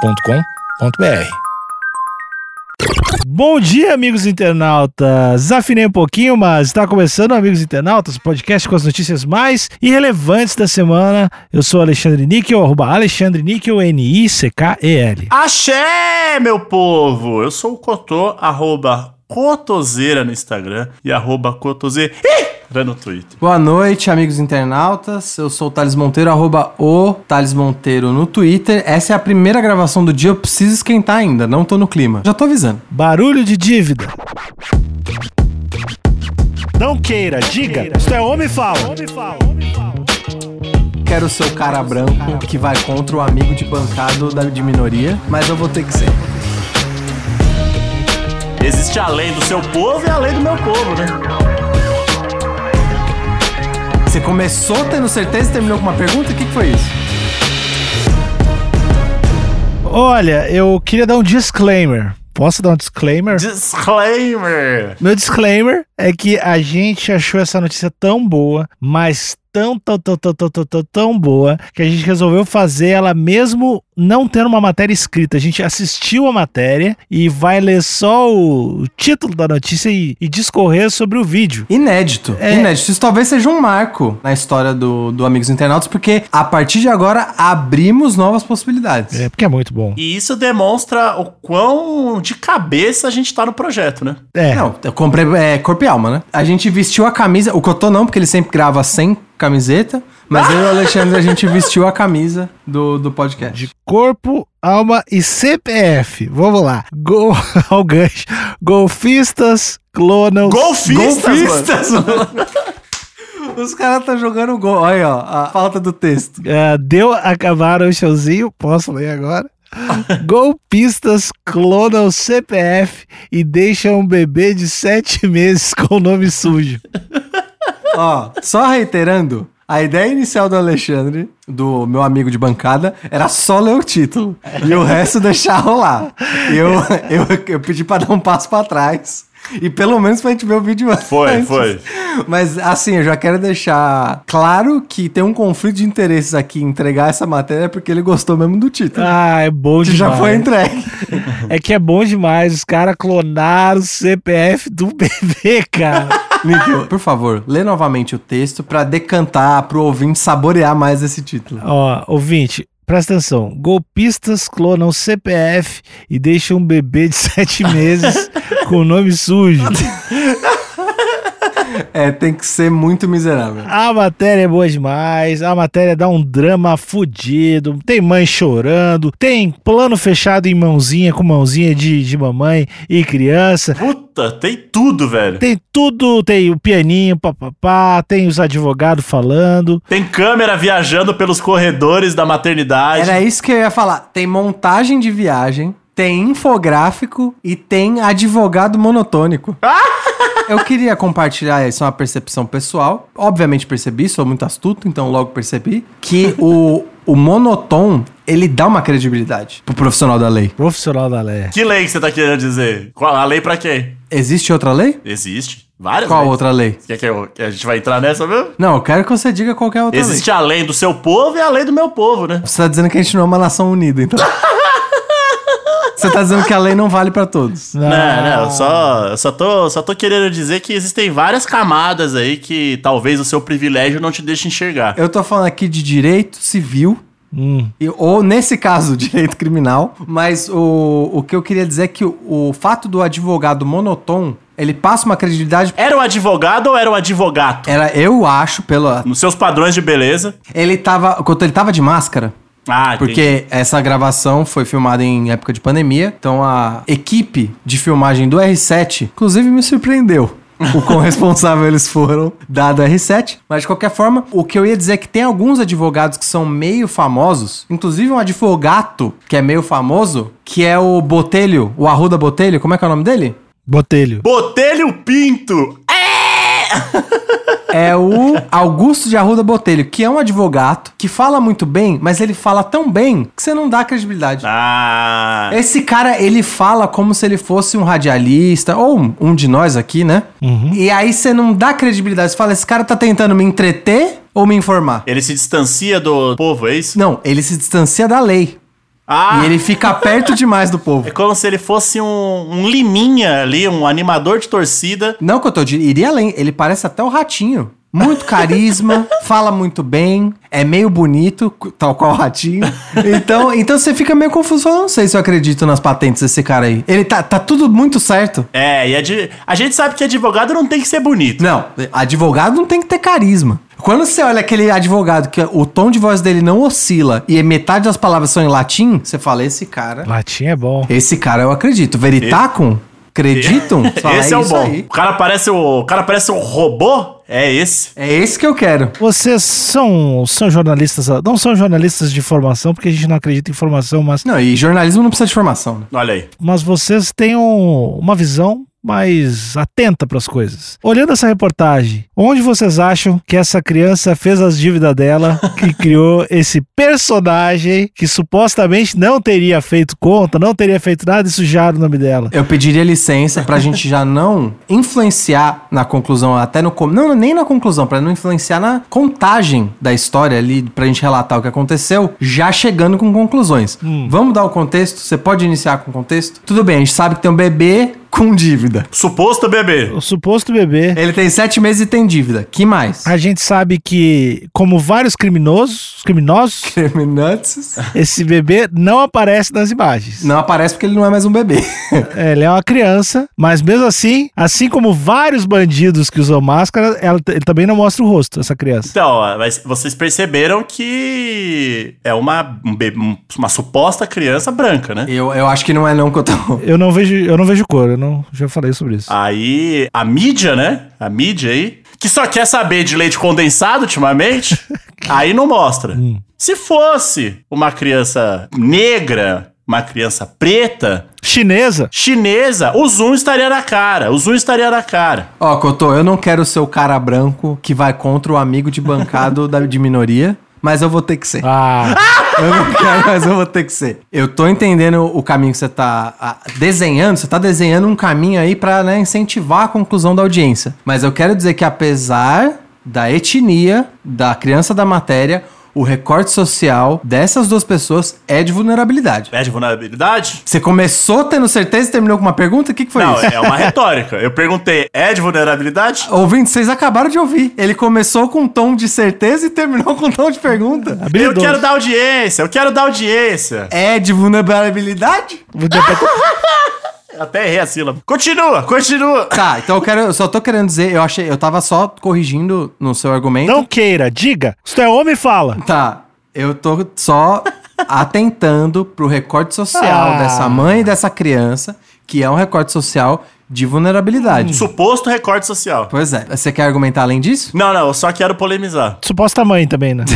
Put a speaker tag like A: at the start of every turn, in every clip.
A: agenciadepodcast.com.br.
B: Bom dia, amigos internautas! Desafinei um pouquinho, mas está começando, amigos internautas, o podcast com as notícias mais irrelevantes da semana. Eu sou Alexandre Níquel, arroba Alexandre Níquel, N-I-C-K-E-L.
C: Axé, meu povo! Eu sou o Cotô, arroba Cotoseira no Instagram e arroba Cotoseira no Twitter.
D: Boa noite, amigos internautas. Eu sou o Thales Monteiro, arroba o Thales Monteiro no Twitter. Essa é a primeira gravação do dia, eu preciso esquentar ainda, não tô no clima. Já tô avisando.
B: Barulho de dívida. Não queira, diga. Isto é homem fala.
D: Quero ser o cara branco que vai contra o amigo de bancado da, de minoria, mas eu vou ter que ser.
C: Existe a lei do seu povo e a lei do meu povo, né?
D: Você começou tendo certeza e terminou com uma pergunta? O que, que foi isso?
B: Olha, eu queria dar um disclaimer. Posso dar um disclaimer?
C: Disclaimer!
B: Meu disclaimer é que a gente achou essa notícia tão boa, mas tão, tão, tão, tão, tão, tão, tão, tão boa, que a gente resolveu fazer ela mesmo não tendo uma matéria escrita. A gente assistiu a matéria e vai ler só o, o título da notícia e, e discorrer sobre o vídeo.
D: Inédito.
B: É.
D: Inédito. Isso talvez seja um marco na história do, do Amigos Internautas, porque a partir de agora abrimos novas possibilidades.
B: É, porque é muito bom.
C: E isso demonstra o quão de cabeça a gente tá no projeto, né?
B: É,
D: Não, eu comprei é, corpo e alma, né? A gente vestiu a camisa. O Cotô não, porque ele sempre grava sem camiseta. Mas eu e o Alexandre, a gente vestiu a camisa do, do podcast.
B: de corpo, alma e CPF. Vamos lá. Gol ao gancho. Golfistas clonam.
C: Golfistas,
D: Golfistas,
C: mano.
D: Os caras tá jogando gol. Olha, ó, a falta do texto.
B: Ah, deu acabar o showzinho, posso ler agora? Golpistas clonam CPF e deixam um bebê de 7 meses com o nome sujo.
D: Ó, só reiterando, a ideia inicial do Alexandre, do meu amigo de bancada, era só ler o título e o resto deixar rolar. Eu, eu, eu pedi pra dar um passo pra trás. E pelo menos pra gente ver o vídeo antes.
C: Foi, foi.
D: Mas assim, eu já quero deixar claro que tem um conflito de interesses aqui em entregar essa matéria porque ele gostou mesmo do título.
B: Ah, é bom
D: que
B: demais.
D: já foi entregue.
B: É que é bom demais. Os caras clonaram o CPF do bebê, cara.
D: Níquel, por favor, lê novamente o texto pra decantar, pro ouvinte saborear mais esse título.
B: Ó, ouvinte, presta atenção. Golpistas clonam CPF e deixam um bebê de 7 meses com o nome sujo.
D: É, tem que ser muito miserável.
B: A matéria é boa demais, a matéria dá um drama fudido, tem mãe chorando, tem plano fechado em mãozinha com mãozinha de, de mamãe e criança.
C: Puta, tem tudo, velho.
B: Tem tudo, tem o pianinho, papapá, tem os advogados falando.
C: Tem câmera viajando pelos corredores da maternidade.
D: Era isso que eu ia falar. Tem montagem de viagem, tem infográfico e tem advogado monotônico.
C: Ah!
D: Eu queria compartilhar isso, é uma percepção pessoal. Obviamente percebi, sou muito astuto, então logo percebi que o, o monotom, ele dá uma credibilidade pro profissional da lei.
B: Profissional da Lé.
C: Que lei que você tá querendo dizer? Qual, a lei pra quem?
D: Existe outra lei?
C: Existe. Várias
D: Qual
C: leis.
D: outra lei?
C: Quer que eu- que a gente vai entrar nessa mesmo?
D: Não, eu quero que você diga qualquer outra lei.
C: Existe a lei do seu povo e a lei do meu povo, né?
D: Você tá dizendo que a gente não é uma nação unida, então. Você tá dizendo que a lei não vale pra todos.
B: Não,
C: Não, não, eu só, eu só, tô, só tô querendo dizer que existem várias camadas aí que talvez o seu privilégio não te deixe enxergar.
D: Eu tô falando aqui de direito civil,
B: Hum.
D: e- ou nesse caso, direito criminal, mas o, o que eu queria dizer é que o, o fato do advogado monotom, ele passa uma credibilidade.
C: Era um advogado ou era um advogato?
D: Era, eu acho, pela.
C: Nos seus padrões de beleza.
D: Ele tava. Quando ele tava de máscara,
C: Ah, entendi.
D: Porque essa gravação foi filmada em época de pandemia, então a equipe de filmagem do R7, inclusive, me surpreendeu. o quão responsável eles foram dado R7. Mas de qualquer forma, o que eu ia dizer é que tem alguns advogados que são meio famosos, inclusive um advogato que é meio famoso, que é o Botelho, o Arruda Botelho, como é que é o nome dele?
B: Botelho.
C: Botelho Pinto!
D: É o Augusto de Arruda Botelho, que é um advogado que fala muito bem, mas ele fala tão bem que você não dá credibilidade.
C: Ah!
D: Esse cara, ele fala como se ele fosse um radialista, ou um-
C: Uhum.
D: um de nós aqui, né? E aí você não dá credibilidade. Você fala, esse cara tá tentando me entreter ou me informar?
C: Ele se distancia do povo, é isso?
D: Não, ele se distancia da lei.
C: Ah,
D: E ele fica perto demais do
C: é
D: povo.
C: como se ele fosse um, um liminha ali, um animador de torcida.
D: Não que eu tô de, iria além, ele parece até o ratinho. Muito carisma, fala muito bem, é meio bonito, tal qual o ratinho. Então, então você fica meio confuso. Eu não sei se eu acredito nas patentes desse cara aí. Ele tá, tá tudo muito certo.
C: É, e adi- a gente sabe que advogado não tem que ser bonito.
D: Não, advogado não tem que ter carisma. Quando você olha aquele advogado que o tom de voz dele não oscila e é metade das palavras são em latim, você fala: esse cara.
B: Latim é bom.
D: Esse cara eu acredito. Veritacum? Creditum? Você fala,
C: esse é o
D: isso
C: bom.
D: aí.
C: O cara parece o, o cara parece um robô? É esse.
D: É esse que eu quero.
B: Vocês são, são jornalistas, não são jornalistas de formação, porque a gente não acredita em formação, mas,
D: Não, e jornalismo não precisa de formação, né?
C: Olha aí.
B: mas vocês têm um- uma visão mais atenta para as coisas. Olhando essa reportagem, onde vocês acham que essa criança fez as dívidas dela, que criou esse personagem que supostamente não teria feito conta, não teria feito nada e sujaram o nome dela?
D: Eu pediria licença pra gente já não influenciar na conclusão, até no. com- Não, nem na conclusão, pra não influenciar na contagem da história ali, pra gente relatar o que aconteceu, já chegando com conclusões. Vamos dar o contexto? Você pode iniciar com o contexto? Tudo bem, a gente sabe que tem um bebê com dívida.
C: Suposto bebê.
B: O suposto bebê
D: Ele tem sete meses e tem dívida. Que mais?
B: A gente sabe que, como vários criminosos, criminosos,
D: Terminantes.
B: esse bebê não aparece nas imagens.
D: Não aparece porque ele não é mais um bebê.
B: É, Ele é uma criança, mas mesmo assim, assim como vários bandidos que usam máscara, ela, t- ele também não mostra o rosto, essa criança.
C: Então, ó, mas vocês perceberam que é uma, um be- um- uma suposta criança branca, né?
D: Eu, eu acho que não é não que eu tô.
B: Eu não vejo, eu não vejo cor, eu não, já falei sobre isso.
C: Aí, a mídia, né? A mídia aí, que só quer saber de leite condensado ultimamente, aí não mostra.
D: Hum.
C: Se fosse uma criança negra, uma criança preta,
B: Chinesa?
C: chinesa, o zoom estaria na cara. O zoom estaria na cara.
D: Ó, Cotô, eu não quero ser o cara branco que vai contra o amigo de bancado da, de minoria, mas eu vou ter que ser.
B: Ah,
D: Eu não quero, mas eu vou ter que ser. Eu tô entendendo o caminho que você tá ah, desenhando, você tá desenhando um caminho aí pra né, incentivar a conclusão da audiência. Mas eu quero dizer que apesar da etnia, da criança da matéria, o recorte social dessas duas pessoas é de vulnerabilidade.
C: É de vulnerabilidade?
D: Você começou tendo certeza e terminou com uma pergunta? O que, que foi
C: não,
D: isso?
C: é uma retórica. Eu perguntei, é de vulnerabilidade?
D: Ouvintes, vocês acabaram de ouvir. Ele começou com um tom de certeza e terminou com um tom de pergunta.
C: Eu
B: habilidoso.
C: quero dar audiência, eu quero dar audiência.
D: É de vulnerabilidade?
B: Vou dizer pra-
C: Até errei a sílaba. Continua, continua.
D: Tá, então eu quero. Eu só tô querendo dizer, eu achei. Eu tava só corrigindo no seu argumento.
B: Não queira, diga. Se tu é homem, fala.
D: Tá. Eu tô só atentando pro recorte social
B: Ah.
D: dessa mãe e dessa criança, que é um recorte social de vulnerabilidade.
B: Hum.
C: Suposto recorte social.
D: Pois é. Você quer argumentar além disso?
C: Não, não, eu só quero polemizar.
B: Suposta mãe também, né?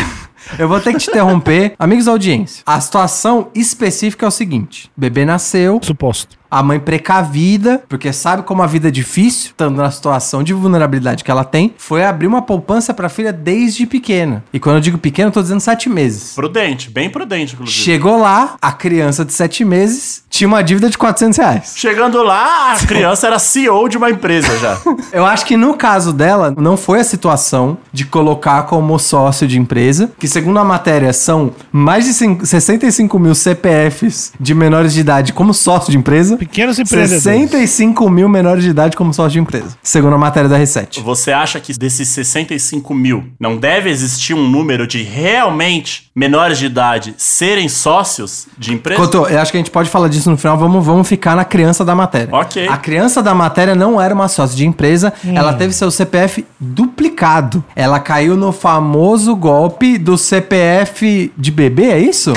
D: Eu vou ter que te interromper. Amigos da audiência, a situação específica é o seguinte: bebê nasceu,
B: Suposto.
D: A mãe precavida, porque sabe como a vida é difícil, estando na situação de vulnerabilidade que ela tem, foi abrir uma poupança pra filha desde pequena. E quando eu digo pequena, eu tô dizendo sete meses.
C: Prudente, bem prudente, inclusive.
D: Chegou lá, a criança de sete meses tinha uma dívida de 400 reais.
C: Chegando lá, a criança era CEO de uma empresa já.
D: Eu acho que no caso dela, não foi a situação de colocar como sócio de empresa, que segundo a matéria são mais de cin- 65 mil CPFs de menores de idade como sócio de empresa.
B: Pequenos empreendedores.
D: 65 mil menores de idade como sócio de empresa, segundo a matéria da R7.
C: Tipo, Você acha que desses 65 mil não deve existir um número de realmente menores de idade serem sócios de empresa?
D: Cotô, eu acho que a gente pode falar disso no final, vamos, vamos ficar na criança da matéria.
C: Ok.
D: A criança da matéria não era uma sócia de empresa,
B: Hum.
D: ela teve seu CPF duplicado. Ela caiu no famoso golpe do CPF de bebê, é isso?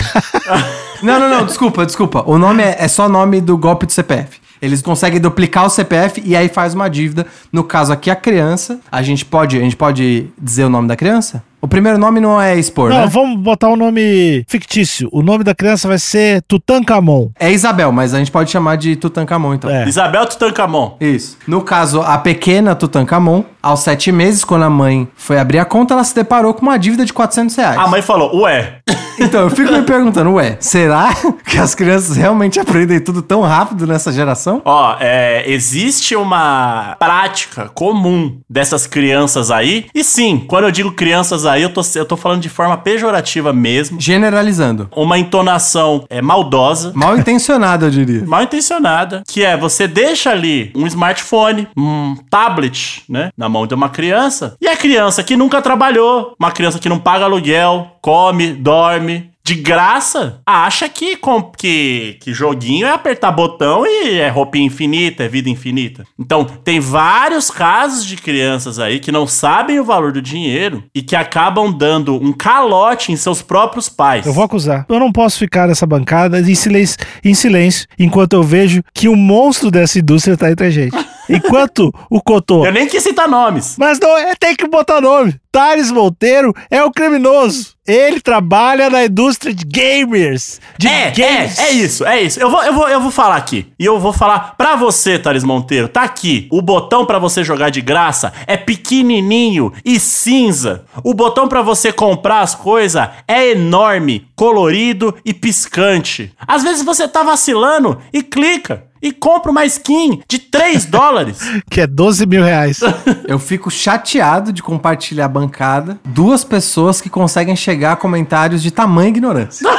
D: não, não, não, desculpa, desculpa. O nome é, é só nome do golpe do CPF. Eles conseguem duplicar o CPF e aí faz uma dívida. No caso aqui, a criança. A gente pode, a gente pode dizer o nome da criança? O primeiro nome não é expor,
B: Não,
D: né?
B: vamos botar um nome fictício. O nome da criança vai ser Tutankamon.
D: É Isabel, mas a gente pode chamar de Tutankamon, então.
B: É.
C: Isabel Tutankamon.
D: Isso. No caso, a pequena Tutankamon, aos sete meses, quando a mãe foi abrir a conta, ela se deparou com uma dívida de 400 reais.
B: Ah,
C: A mãe falou, ué,
D: Então, eu fico me perguntando, ué, será que as crianças realmente aprendem tudo tão rápido nessa geração?
C: Ó, é, existe uma prática comum dessas crianças aí. E sim, quando eu digo crianças aí, eu tô, eu tô falando de forma pejorativa mesmo.
D: Generalizando.
C: Uma entonação é, maldosa.
D: Mal intencionado, eu diria.
C: mal intencionada, que é você deixa ali um smartphone, um tablet, né, na mão de uma criança, e a criança que nunca trabalhou, uma criança que não paga aluguel, come, dorme, de graça, acha que, com- que, que joguinho é apertar botão e é roupinha infinita, é vida infinita. Então, tem vários casos de crianças aí que não sabem o valor do dinheiro e que acabam dando um calote em seus próprios pais.
B: Eu vou acusar. Eu não posso ficar nessa bancada em silêncio, em silêncio enquanto eu vejo que o monstro dessa indústria tá entre a gente. Enquanto o Cotô.
C: Eu nem quis citar nomes.
B: Mas não é, tem que botar nome. Thales Monteiro é o criminoso. Ele trabalha na indústria de gamers. De
C: é,
B: games.
C: é, é isso, é isso. Eu vou, eu, vou, eu vou falar aqui. E eu vou falar pra você, Thales Monteiro. Tá aqui. O botão pra você jogar de graça é pequenininho e cinza. O botão pra você comprar as coisas é enorme, colorido e piscante. Às vezes você tá vacilando e clica e compra uma skin de 3 dólares.
B: Que é 12 mil reais.
D: Eu fico chateado de compartilhar a bancada. Duas pessoas que conseguem chegar a comentários de tamanha ignorância.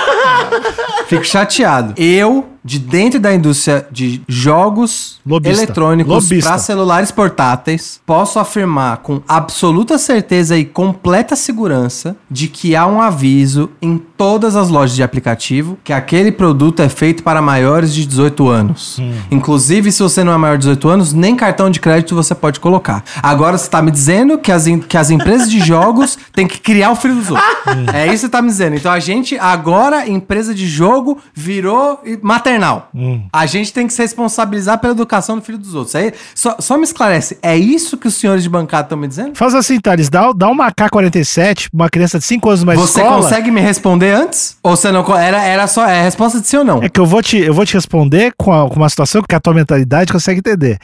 D: fico chateado. Eu, de dentro da indústria de jogos
B: Lobista.
D: eletrônicos
B: Lobista.
D: para celulares portáteis, posso afirmar com absoluta certeza e completa segurança de que há um aviso em todas as lojas de aplicativo que aquele produto é feito para maiores de 18 anos. Inclusive, se você não é maior de 18 anos, nem cartão de crédito você pode colocar. Agora você está me dizendo que as, em- que as empresas de jogos têm que criar o filho dos outros. é isso que você tá me dizendo. Então a gente, agora, empresa de jogo virou e- maternal. A gente tem que se responsabilizar pela educação do filho dos outros. Aí, só, só me esclarece, é isso que os senhores de bancada estão me dizendo?
B: Faz assim, Thales. Dá, dá uma K-47 pra uma criança de 5 anos mais
D: você
B: escola.
D: consegue me responder antes? Ou você não. co- Era, era só. É a resposta de sim ou não?
B: É que eu vou te, eu vou te responder com, a- com uma situação que a tua mentalidade consegue entender.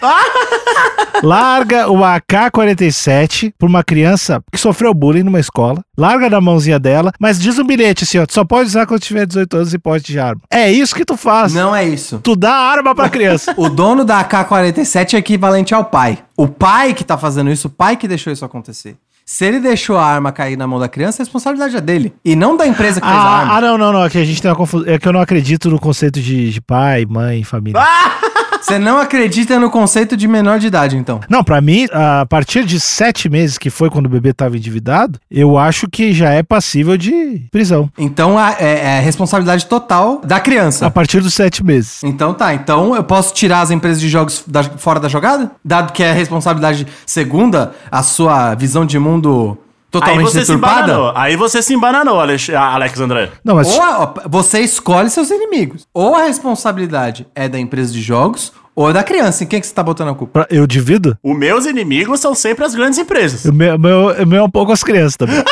B: Larga uma AK-47 pra uma criança que sofreu bullying numa escola. Larga na mãozinha dela, mas diz um bilhete assim, ó. Tu só pode usar quando tiver 18 anos e porte de arma. É isso que tu faz.
D: Não é isso.
B: Tu dá a arma pra criança.
D: O dono da AK-47 é equivalente ao pai. O pai que tá fazendo isso, o pai que deixou isso acontecer. Se ele deixou a arma cair na mão da criança, a responsabilidade é dele. E não da empresa que fez a
B: Ah,
D: arma.
B: ah, não, não, não. É que a gente tem uma confusão. É que eu não acredito no conceito de, de pai, mãe, família.
D: Ah!
B: ah.
D: Você não acredita no conceito de menor de idade, então.
B: Não, pra mim, a partir de sete meses, que foi quando o bebê tava endividado, eu acho que já é passível de prisão.
D: Então a- é, é a responsabilidade total da criança.
B: A partir dos sete meses.
D: Então tá, então eu posso tirar as empresas de jogos da- fora da jogada? Dado que é a responsabilidade segunda, a sua visão de mundo
C: Aí
D: totalmente
C: você se
D: deturpada?
C: embananou. Aí você se embananou, Alex, Alex André.
B: Não, mas.
D: Ou a- ó, você escolhe seus inimigos. Ou a responsabilidade é da empresa de jogos ou é da criança. Em quem que você tá botando a culpa?
B: pra- Eu divido?
C: Os meus inimigos são sempre as grandes empresas.
B: O meu, meu, o meu é um pouco as crianças também.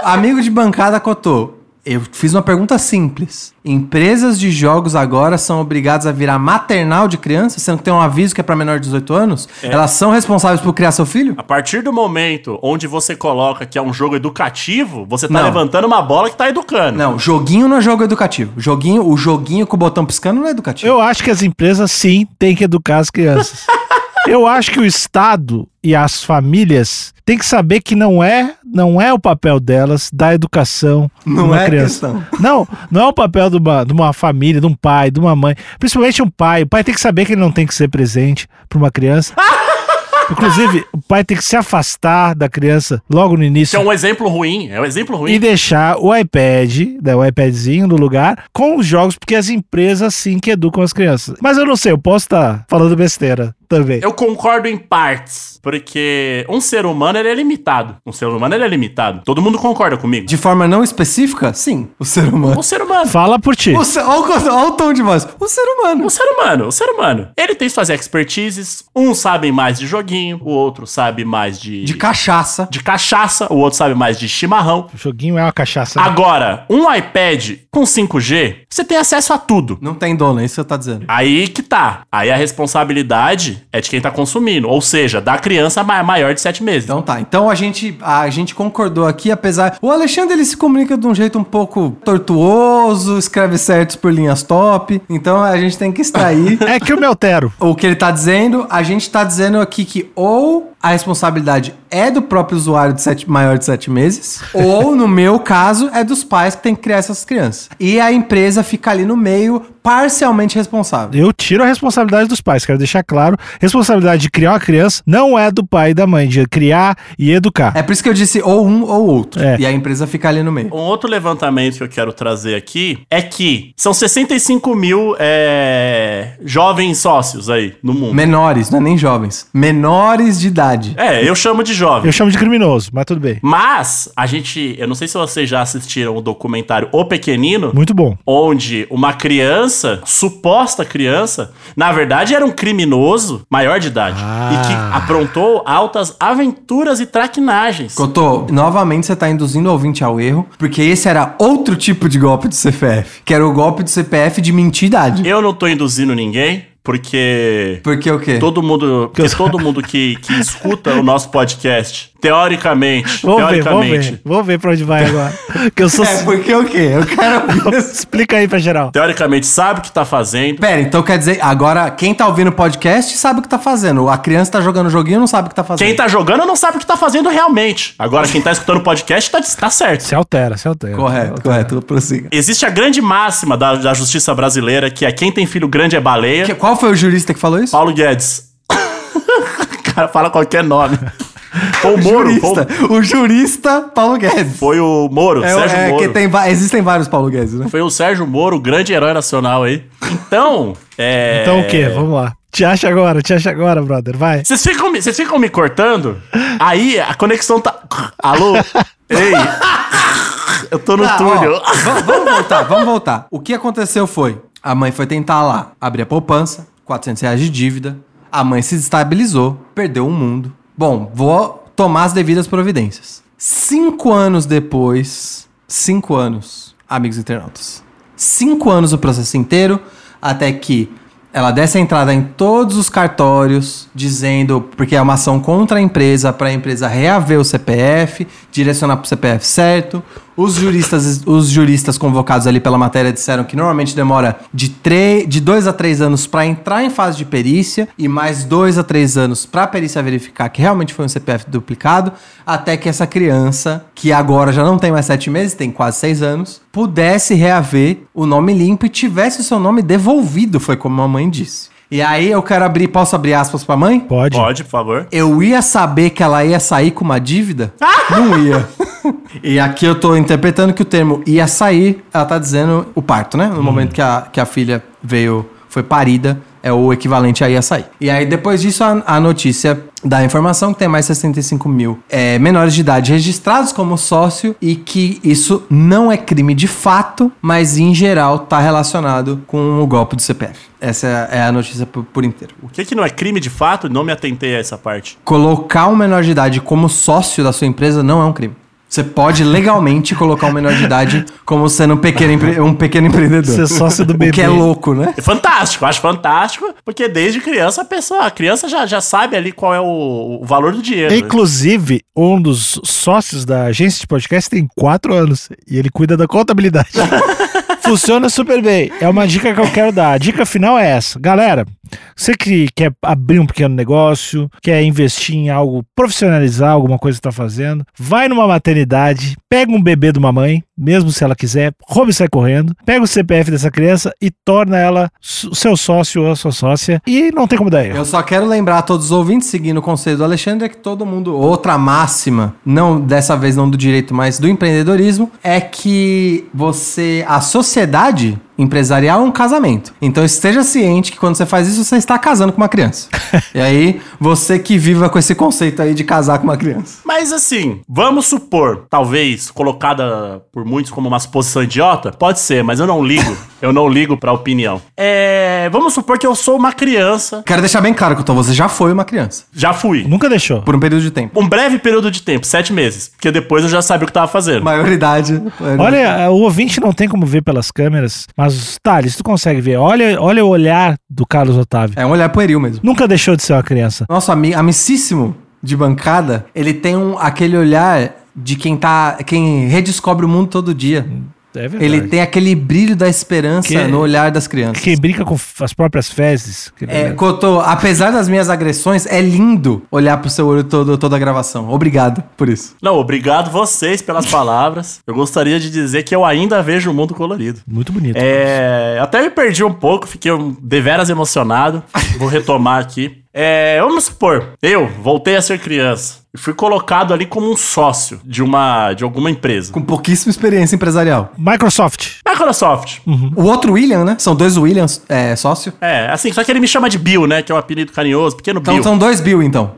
D: Amigo de bancada Cotô, eu fiz uma pergunta simples. Empresas de jogos agora são obrigadas a virar maternal de criança, sendo que tem um aviso que é pra menor de 18 anos?
C: É.
D: Elas são responsáveis por criar seu filho?
C: A partir do momento onde você coloca que é um jogo educativo, você tá
D: Não.
C: levantando uma bola que tá educando.
D: Não, joguinho não é jogo educativo. Joguinho, o joguinho com o botão piscando não é educativo.
B: Eu acho que as empresas, sim, têm que educar as crianças. Eu acho que o Estado e as famílias têm que saber que não é, não é o papel delas dar educação
D: Não
B: numa
D: é
B: criança.
D: questão.
B: Não, não é o papel de uma, de uma família, de um pai, de uma mãe. Principalmente um pai. O pai tem que saber que ele não tem que ser presente para uma criança. Inclusive, o pai tem que se afastar da criança logo no
C: Isso
B: início
C: é um exemplo ruim, é um exemplo
B: e
C: ruim.
B: deixar o iPad, né, o iPadzinho no lugar com os jogos, porque as empresas sim que educam as crianças. Mas eu não sei, eu posso estar falando besteira também.
C: Eu concordo em partes, porque um ser humano ele é limitado. Um ser humano ele é limitado. Todo mundo concorda comigo.
D: De forma não específica, sim, o ser humano.
C: Um ser humano.
B: Fala por ti.
D: O ser- Olha o, co- olha o tom de voz. O ser humano.
C: Um ser humano, um ser humano. Ele tem suas expertises. Um sabe mais de joguinho, o outro sabe mais de.
D: De cachaça.
C: de cachaça, o outro sabe mais de chimarrão.
B: O joguinho é uma cachaça. né?
C: Agora, um iPad com 5G, você tem acesso a tudo.
D: Não tem dono, é isso que você tá dizendo.
C: Aí que tá. Aí a responsabilidade é de quem tá consumindo. Ou seja, da criança ma- maior de 7 meses.
D: Então tá, então a gente, a gente concordou aqui, apesar. O Alexandre ele se comunica de um jeito um pouco tortuoso, escreve certos por linhas top, então a gente tem que extrair
B: É que o meu tero.
D: o que ele tá dizendo. A gente tá dizendo aqui que ou a responsabilidade é do próprio usuário de sete, maior de 7 meses, ou, no meu caso, é dos pais que tem que criar essas crianças. E a empresa fica ali no meio, parcialmente responsável.
B: Eu tiro a responsabilidade dos pais, quero deixar claro. Responsabilidade de criar uma criança não é do pai e da mãe, de criar e educar.
D: É por isso que eu disse ou um ou outro.
B: É.
D: E a empresa fica ali no meio.
C: Um outro levantamento que eu quero trazer aqui é que são 65 mil é, jovens sócios aí no mundo.
D: Menores, não é nem jovens. Menores de idade.
C: é, eu chamo de jovem.
B: Eu chamo de criminoso, mas tudo bem.
C: Mas a gente, eu não sei se vocês já assistiram o documentário O Pequenino,
B: Muito bom.
C: onde uma criança, suposta criança, na verdade era um criminoso maior de idade
B: Ah.
C: e que aprontou altas aventuras e traquinagens.
D: Cotô, novamente você tá induzindo o ouvinte ao erro, porque esse era outro tipo de golpe do CPF, que era o golpe do CPF de mentidade.
C: Eu não tô induzindo ninguém, porque
D: Porque o quê?
C: todo mundo, porque todo mundo que, que escuta o nosso podcast, teoricamente,
B: Vamos ver, vamos
C: teoricamente,
B: ver. Vamos ver pra onde vai agora. Que eu sou.
D: É, porque o quê? Eu quero...
B: Explica aí pra geral.
C: teoricamente sabe o que tá fazendo.
D: Pera, então quer dizer, agora quem tá ouvindo o podcast sabe o que tá fazendo. A criança tá jogando joguinho não sabe o que tá fazendo.
C: Quem tá jogando não sabe o que tá fazendo realmente. Agora, quem tá escutando o podcast tá, tá certo.
B: Se altera, se altera.
C: tá-
D: Correto, correto, prossiga.
C: Existe a grande máxima da, da justiça brasileira, que é quem tem filho grande é baleia.
D: Que- qual foi o jurista que falou isso?
C: Paulo Guedes. o cara fala qualquer nome. Foi o Moro.
D: jurista,
C: Foi,
D: o jurista Paulo Guedes.
C: foi o Moro,
D: É,
C: Sérgio
D: é, que
C: Moro.
D: tem, va- existem vários Paulo Guedes, né?
C: Foi o Sérgio Moro, o grande herói nacional aí. Então, é...
B: Então o quê? Vamos lá. Te acha agora, te acha agora, brother. Vai.
C: Vocês ficam, me- vocês ficam me cortando? Aí a conexão tá... Alô? Ei! Eu tô no
D: Tá, ó,
C: túnel.
D: va- vamos voltar, vamos voltar. O que aconteceu foi, a mãe foi tentar lá abrir a poupança, 400 reais de dívida, a mãe se desestabilizou, perdeu o mundo. Bom, vou tomar as devidas providências. Cinco anos depois, cinco anos, amigos internautas, cinco anos o processo inteiro, até que ela desse a entrada em todos os cartórios, dizendo, porque é uma ação contra a empresa, para a empresa reaver o CPF, direcionar para o CPF certo. Os juristas, os juristas convocados ali pela matéria disseram que normalmente demora de, tre- de dois a três anos para entrar em fase de perícia e mais dois a três anos para a perícia verificar que realmente foi um CPF duplicado, até que essa criança, que agora já não tem mais sete meses, tem quase seis anos, pudesse reaver o nome limpo e tivesse o seu nome devolvido, foi como a mãe disse. E aí eu quero abrir, posso abrir aspas pra mãe?
B: Pode.
C: Pode, por favor.
D: Eu ia saber que ela ia sair com uma dívida? Não ia. E aqui eu tô interpretando que o termo ia sair, ela tá dizendo o parto, né? No momento que a, que a filha veio, foi parida, é o equivalente a ia sair. E aí depois disso a, a notícia dá a informação que tem mais 65 mil é, menores de idade registrados como sócio e que isso não é crime de fato, mas em geral tá relacionado com o golpe do CPF. Essa é a notícia por- por inteiro
C: O que que não é crime de fato? Não me atentei a essa parte.
D: colocar um menor de idade como sócio da sua empresa não é um crime. Você pode legalmente colocar um menor de idade como sendo um pequeno, empre- um pequeno empreendedor.
B: Ser sócio do bebê.
D: O que é louco, né?
C: É fantástico, acho fantástico, porque desde criança a pessoa, a criança já, já sabe ali qual é o, o valor do dinheiro. né?
B: Inclusive, um dos sócios da agência de podcast tem quatro anos e ele cuida da contabilidade. Funciona super bem. É uma dica que eu quero dar. A dica final é essa. Galera, você que quer abrir um pequeno negócio, quer investir em algo, profissionalizar alguma coisa que está fazendo, vai numa maternidade, pega um bebê de uma mãe, mesmo se ela quiser, rouba e sai correndo, pega o CPF dessa criança e torna ela su- seu sócio ou a sua sócia. E não tem como dar erro.
D: Eu só quero lembrar a todos os ouvintes, seguindo o conselho do Alexandre, é que todo mundo. Outra máxima, não dessa vez não do direito, mas do empreendedorismo, é que você. A sociedade empresarial é um casamento. Então esteja ciente que quando você faz isso, você está casando com uma criança. e aí, você que viva com esse conceito aí de casar com uma criança.
C: Mas assim, vamos supor, talvez colocada por muitos como uma suposição idiota, pode ser, mas eu não ligo, eu não ligo pra opinião. É, vamos supor que eu sou uma criança,
D: Quero deixar bem claro que você já foi uma criança.
C: já fui.
B: Nunca deixou.
D: Por um período de tempo.
C: Um breve período de tempo, sete meses, porque depois eu já sabia o que tava fazendo.
D: Maioridade. maioridade.
B: Olha, o ouvinte não tem como ver pelas câmeras, mas Thales, tu consegue ver. Olha, olha o olhar do Carlos Otávio.
D: É um olhar pueril mesmo.
B: Nunca deixou de ser uma criança.
D: Nosso ami- amicíssimo de bancada, ele tem um, aquele olhar de quem tá. quem redescobre o mundo todo dia.
B: É verdade.
D: Ele tem aquele brilho da esperança
B: Que-
D: no olhar das crianças.
B: Quem brinca com f- as próprias fezes. que
D: É,
B: beleza.
D: Cotô, apesar das minhas agressões, é lindo olhar pro seu olho todo, toda a gravação. Obrigado por isso.
C: Não, obrigado vocês pelas palavras. Eu gostaria de dizer que eu ainda vejo o mundo colorido.
B: Muito bonito.
C: É, eu até me perdi um pouco, fiquei um- deveras emocionado. Vou retomar aqui. É, vamos supor, eu voltei a ser criança e fui colocado ali como um sócio de uma de alguma empresa.
D: Com pouquíssima experiência empresarial.
B: Microsoft.
C: Microsoft.
B: Uhum.
D: O outro William, né? São dois Williams, é, sócio.
C: É, assim, só que ele me chama de Bill, né? Que é um apelido carinhoso, pequeno
D: Então
C: Bill.
D: são dois Bill, então.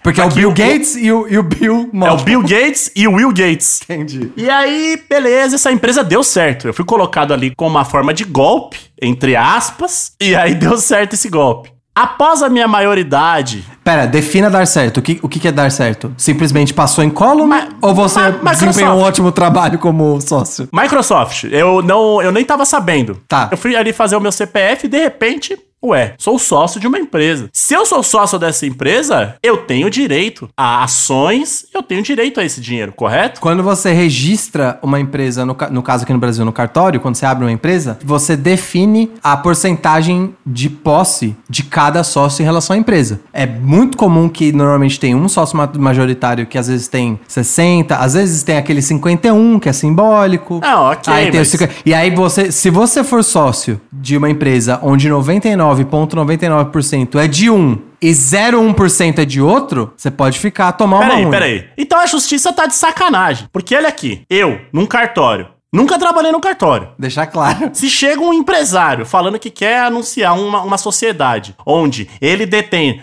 D: Porque
C: Aqui
D: é o Bill
C: o-
D: Gates e, o, e o Bill
C: É
D: Mal.
C: o Bill Gates e o Will Gates.
D: Entendi.
C: E aí, beleza, essa empresa deu certo. Eu fui colocado ali com uma forma de golpe, entre aspas, e aí deu certo esse golpe. Após a minha maioridade,
D: Pera, defina dar certo. O que, o que que é dar certo? Simplesmente passou em colo
C: Ma-
D: ou você
C: Ma- Microsoft.
D: desempenhou um ótimo trabalho como sócio?
C: Microsoft, eu não, eu nem tava sabendo.
D: Tá.
C: Eu fui ali fazer o meu CPF e de repente, ué, sou sócio de uma empresa. Se eu sou sócio dessa empresa, eu tenho direito a ações, eu tenho direito a esse dinheiro, correto?
D: Quando você registra uma empresa, no, ca- no caso aqui no Brasil, no cartório, quando você abre uma empresa, você define a porcentagem de posse de cada sócio em relação à empresa. É muito comum que normalmente tem um sócio ma- majoritário que às vezes tem 60, às vezes tem aquele 51 que é simbólico.
C: Não, Ah, ok,
D: Aí tem o
C: mas-
D: 50 e aí você, se você for sócio de uma empresa onde 99.99% é de um e 0,1% é de outro, você pode ficar tomar uma
C: Peraí,
D: unha.
C: peraí. Então a justiça tá de sacanagem. Porque olha aqui, eu, num cartório, nunca trabalhei num cartório.
D: Deixar claro.
C: Se chega um empresário falando que quer anunciar uma, uma sociedade onde ele detém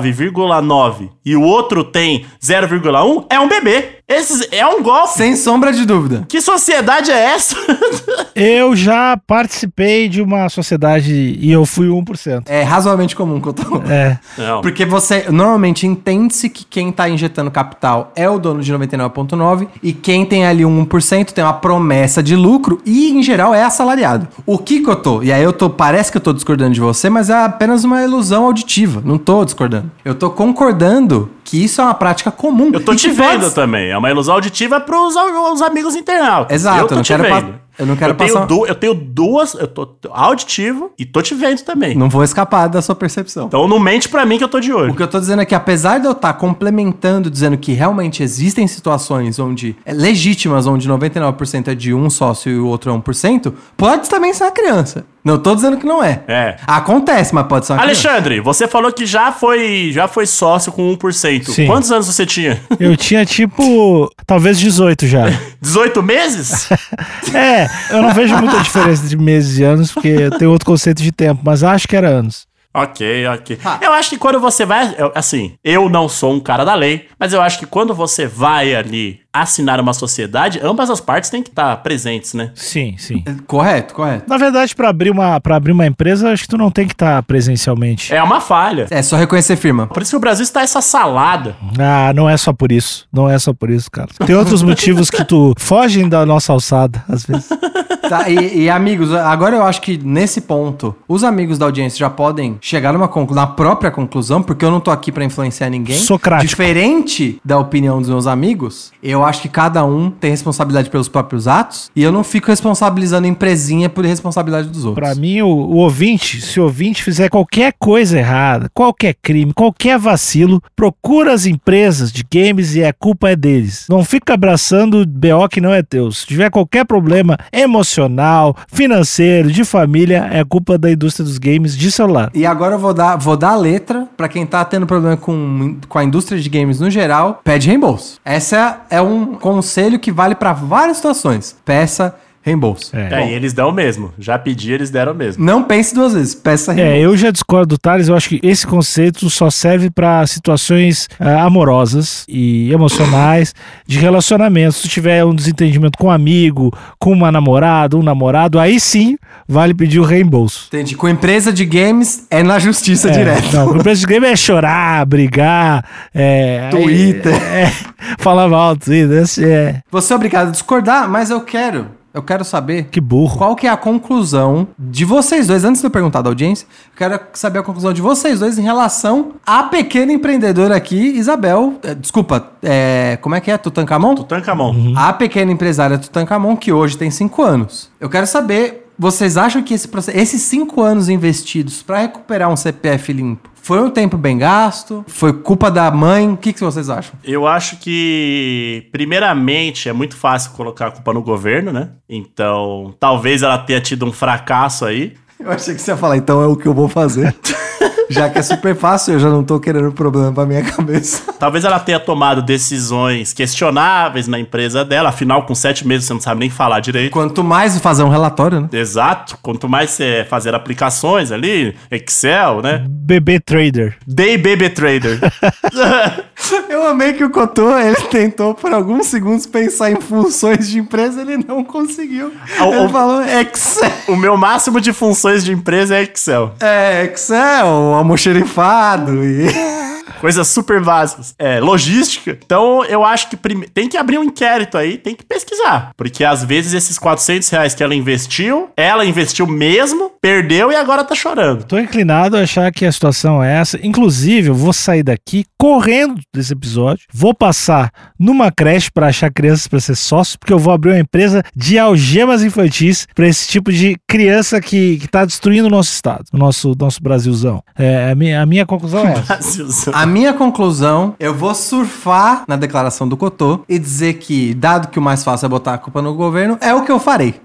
C: 99,9 e o outro tem 0,1, é um bebê. Esses, é um golpe.
D: Sem sombra de dúvida.
C: Que sociedade é essa?
B: Eu já participei de uma sociedade e eu fui 1%.
D: É razoavelmente comum que eu tô.
B: É.
C: Não.
D: Porque você normalmente entende-se que quem tá injetando capital é o dono de 99,9% e quem tem ali um 1% tem uma promessa de lucro e, em geral, é assalariado. O que que eu tô? E aí eu tô, parece que eu tô discordando de você, mas é apenas uma ilusão auditiva. Não tô discordando. Eu tô concordando que isso é uma prática comum.
C: Eu tô
D: E
C: te
D: que
C: vendo
D: pode-
C: também. É uma ilusão auditiva pros, os amigos internautas.
D: Exato,
C: eu tô
D: eu não
C: te
D: quero pa-
C: vendo.
D: eu não quero
C: tenho
D: passar-
C: du- eu tenho duas. Eu tô auditivo e tô te vendo também.
D: Não vou escapar da sua percepção.
C: Então não mente pra mim que eu tô de
D: O
C: olho.
D: que eu tô dizendo é que apesar de eu estar complementando, dizendo que realmente existem situações onde é legítimas, onde 99% é de um sócio e o outro é 1%, pode também ser uma criança. Não tô dizendo que não é.
C: É.
D: Acontece, mas pode ser uma criança.
C: Alexandre, você falou que já foi, já foi sócio com 1%.
B: Sim.
C: Quantos anos você tinha?
B: Eu tinha tipo, talvez 18 já.
C: 18 meses?
B: É, eu não vejo muita diferença de meses e anos, porque eu tenho outro conceito de tempo, mas acho que era anos.
C: ok, ok. Eu acho que quando você vai. eu- Assim, eu não sou um cara da lei, mas eu acho que quando você vai ali assinar uma sociedade, ambas as partes têm que estar presentes, né?
B: Sim, sim.
D: Correto, correto.
B: Na verdade, pra abrir uma para abrir uma empresa, acho que tu não tem que estar presencialmente.
C: É uma falha.
D: É só reconhecer firma.
C: Por isso que o Brasil está essa salada.
B: Ah, não é só por isso. Não é só por isso, cara. Tem outros motivos que tu fogem da nossa alçada, às vezes.
D: Tá, e, e, amigos, agora eu acho que nesse ponto, os amigos da audiência já podem chegar numa conclu- na própria conclusão, porque eu não tô aqui pra influenciar ninguém.
B: Socrático.
D: Diferente da opinião dos meus amigos, eu acho que cada um tem responsabilidade pelos próprios atos e eu não fico responsabilizando a empresinha por responsabilidade dos outros.
B: Pra mim, o, o ouvinte, se o ouvinte fizer qualquer coisa errada, qualquer crime, qualquer vacilo, procura as empresas de games e a culpa é deles. Não fica abraçando BO que não é teu. Se tiver qualquer problema emocional, financeiro, de família, é culpa da indústria dos games de celular.
D: E agora eu vou dar, vou dar a letra pra quem tá tendo problema com, com a indústria de games no geral, pede reembolso. Essa é um conselho que vale pra várias situações. Peça reembolso.
B: É.
C: É, e eles dão mesmo. Já pedi, eles deram mesmo.
D: Não pense duas vezes, peça reembolso.
B: É, eu já discordo do Thales, eu acho que esse conceito só serve pra situações ah, amorosas e emocionais de relacionamento. Se tu tiver um desentendimento com um amigo, com uma namorada, um namorado, aí sim vale pedir o reembolso.
D: Entendi. Com empresa de games é na justiça direto.
B: Não, o preço de game é chorar, brigar, é,
D: Twitter.
B: aí- é, falar mal, Twitter, assim, é.
D: Você é obrigado a discordar, mas eu quero Eu quero saber
B: Que burro.
D: qual que é a conclusão de vocês dois. Antes de eu perguntar da audiência, eu quero saber a conclusão de vocês dois em relação à pequena empreendedora aqui, Isabel. eh, Desculpa, eh, como é que é? Tutankamon?
C: Tutankamon.
D: A pequena empresária Tutankamon, que hoje tem 5 anos. Eu quero saber, vocês acham que esse processo, esses 5 anos investidos para recuperar um CPF limpo, foi um tempo bem gasto? Foi culpa da mãe? O que, que vocês acham?
C: Eu acho que, primeiramente, é muito fácil colocar a culpa no governo, né? Então, talvez ela tenha tido um fracasso aí.
D: Eu achei que você ia falar, então é o que eu vou fazer. já que é super fácil, eu já não tô querendo problema pra minha cabeça.
C: Talvez ela tenha tomado decisões questionáveis na empresa dela. Afinal, com sete meses você não sabe nem falar direito.
D: Quanto mais fazer um relatório, né?
C: Exato. Quanto mais você fazer aplicações ali, Excel, né?
B: Bebê trader.
C: Day Baby Trader.
D: Eu amei que o Cotô, ele tentou por alguns segundos pensar em funções de empresa, ele não conseguiu.
C: Ah, o-
D: Ele falou Excel.
C: o meu máximo de funções de empresa é Excel.
D: É, Excel, almoxerifado e...
C: Coisas super básicas. É, logística. Então, eu acho que prime- tem que abrir um inquérito aí, tem que pesquisar. Porque às vezes esses 400 reais que ela investiu, ela investiu mesmo, perdeu e agora tá chorando.
B: Tô inclinado a achar que a situação é essa. Inclusive, eu vou sair daqui correndo desse episódio. Vou passar numa creche pra achar crianças pra ser sócio, porque eu vou abrir uma empresa de algemas infantis pra esse tipo de criança que, que tá destruindo o nosso estado, o nosso, nosso Brasilzão. É, a, minha, a minha conclusão é essa.
D: A minha conclusão, eu vou surfar na declaração do Cotô e dizer que, dado que o mais fácil é botar a culpa no governo, é o que eu farei.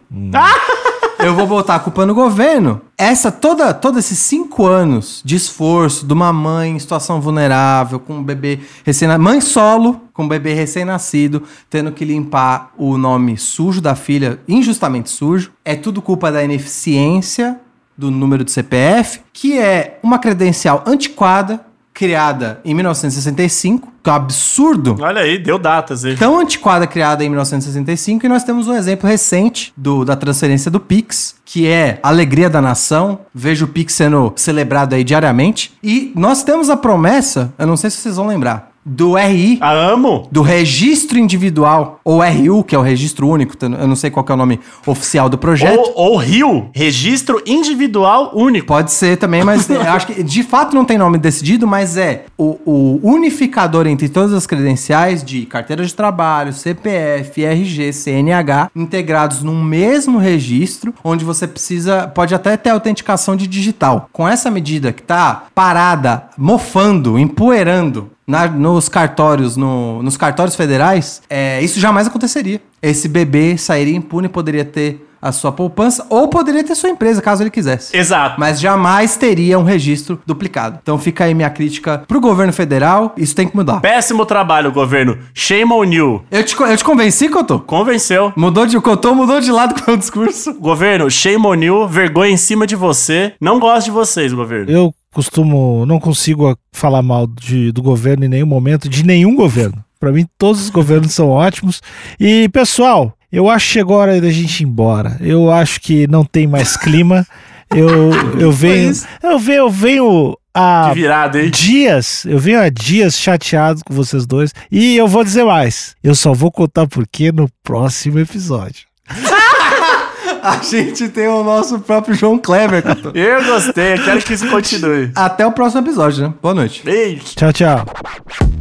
D: Eu vou botar a culpa no governo. Essa toda, todos esses cinco anos de esforço de uma mãe em situação vulnerável, com um bebê recém-nascido, mãe solo, com um bebê recém-nascido, tendo que limpar o nome sujo da filha, injustamente sujo, é tudo culpa da ineficiência do número de CPF, que é uma credencial antiquada, criada em 1965, que é um absurdo.
C: Olha aí, deu datas aí.
D: Tão antiquada criada em 1965 e nós temos um exemplo recente do- da transferência do Pix, que é a alegria da nação. Vejo o Pix sendo celebrado aí diariamente. E nós temos a promessa, eu não sei se vocês vão lembrar, do RI,
C: A amo?
D: do Registro Individual, ou RU, que é o Registro Único, tá- eu não sei qual que é o nome oficial do projeto.
C: Ou, ou Rio? Registro individual único.
D: Pode ser também, mas eu acho que de fato não tem nome decidido, mas é o, o unificador entre todas as credenciais de carteira de trabalho, CPF, RG, CNH, integrados num mesmo registro, onde você precisa, pode até ter autenticação de digital. Com essa medida que tá parada, mofando, empoeirando na- nos cartórios, no- nos cartórios federais, é, isso jamais aconteceria. Esse bebê sairia impune, poderia ter a sua poupança ou poderia ter sua empresa, caso ele quisesse
C: Exato.
D: mas jamais teria um registro duplicado. Então fica aí minha crítica pro governo federal, isso tem que mudar.
C: Péssimo trabalho, governo. Shame on you.
D: Eu te, co- eu te convenci, Cotô?
C: Convenceu.
D: Mudou de Cotô, mudou de lado com o discurso.
C: Governo, shame on you. Vergonha em cima de você. Não gosto de vocês, governo.
B: Eu costumo, não consigo a- falar mal de- do governo em nenhum momento, de nenhum governo. Pra mim, todos os governos são ótimos. E, pessoal, eu acho que chegou a hora da gente ir embora. Eu acho que não tem mais clima. Eu, eu venho.
D: isso.
B: Eu venho, eu venho a
C: Que virada, hein?
B: dias, eu venho há dias chateado com vocês dois. E eu vou dizer mais. Eu só vou contar por quê no próximo episódio.
D: A gente tem o nosso próprio João Kleber, Cotô.
C: Eu gostei, quero que isso continue.
D: Até o próximo episódio, né? Boa noite.
C: Beijo.
B: Tchau, tchau.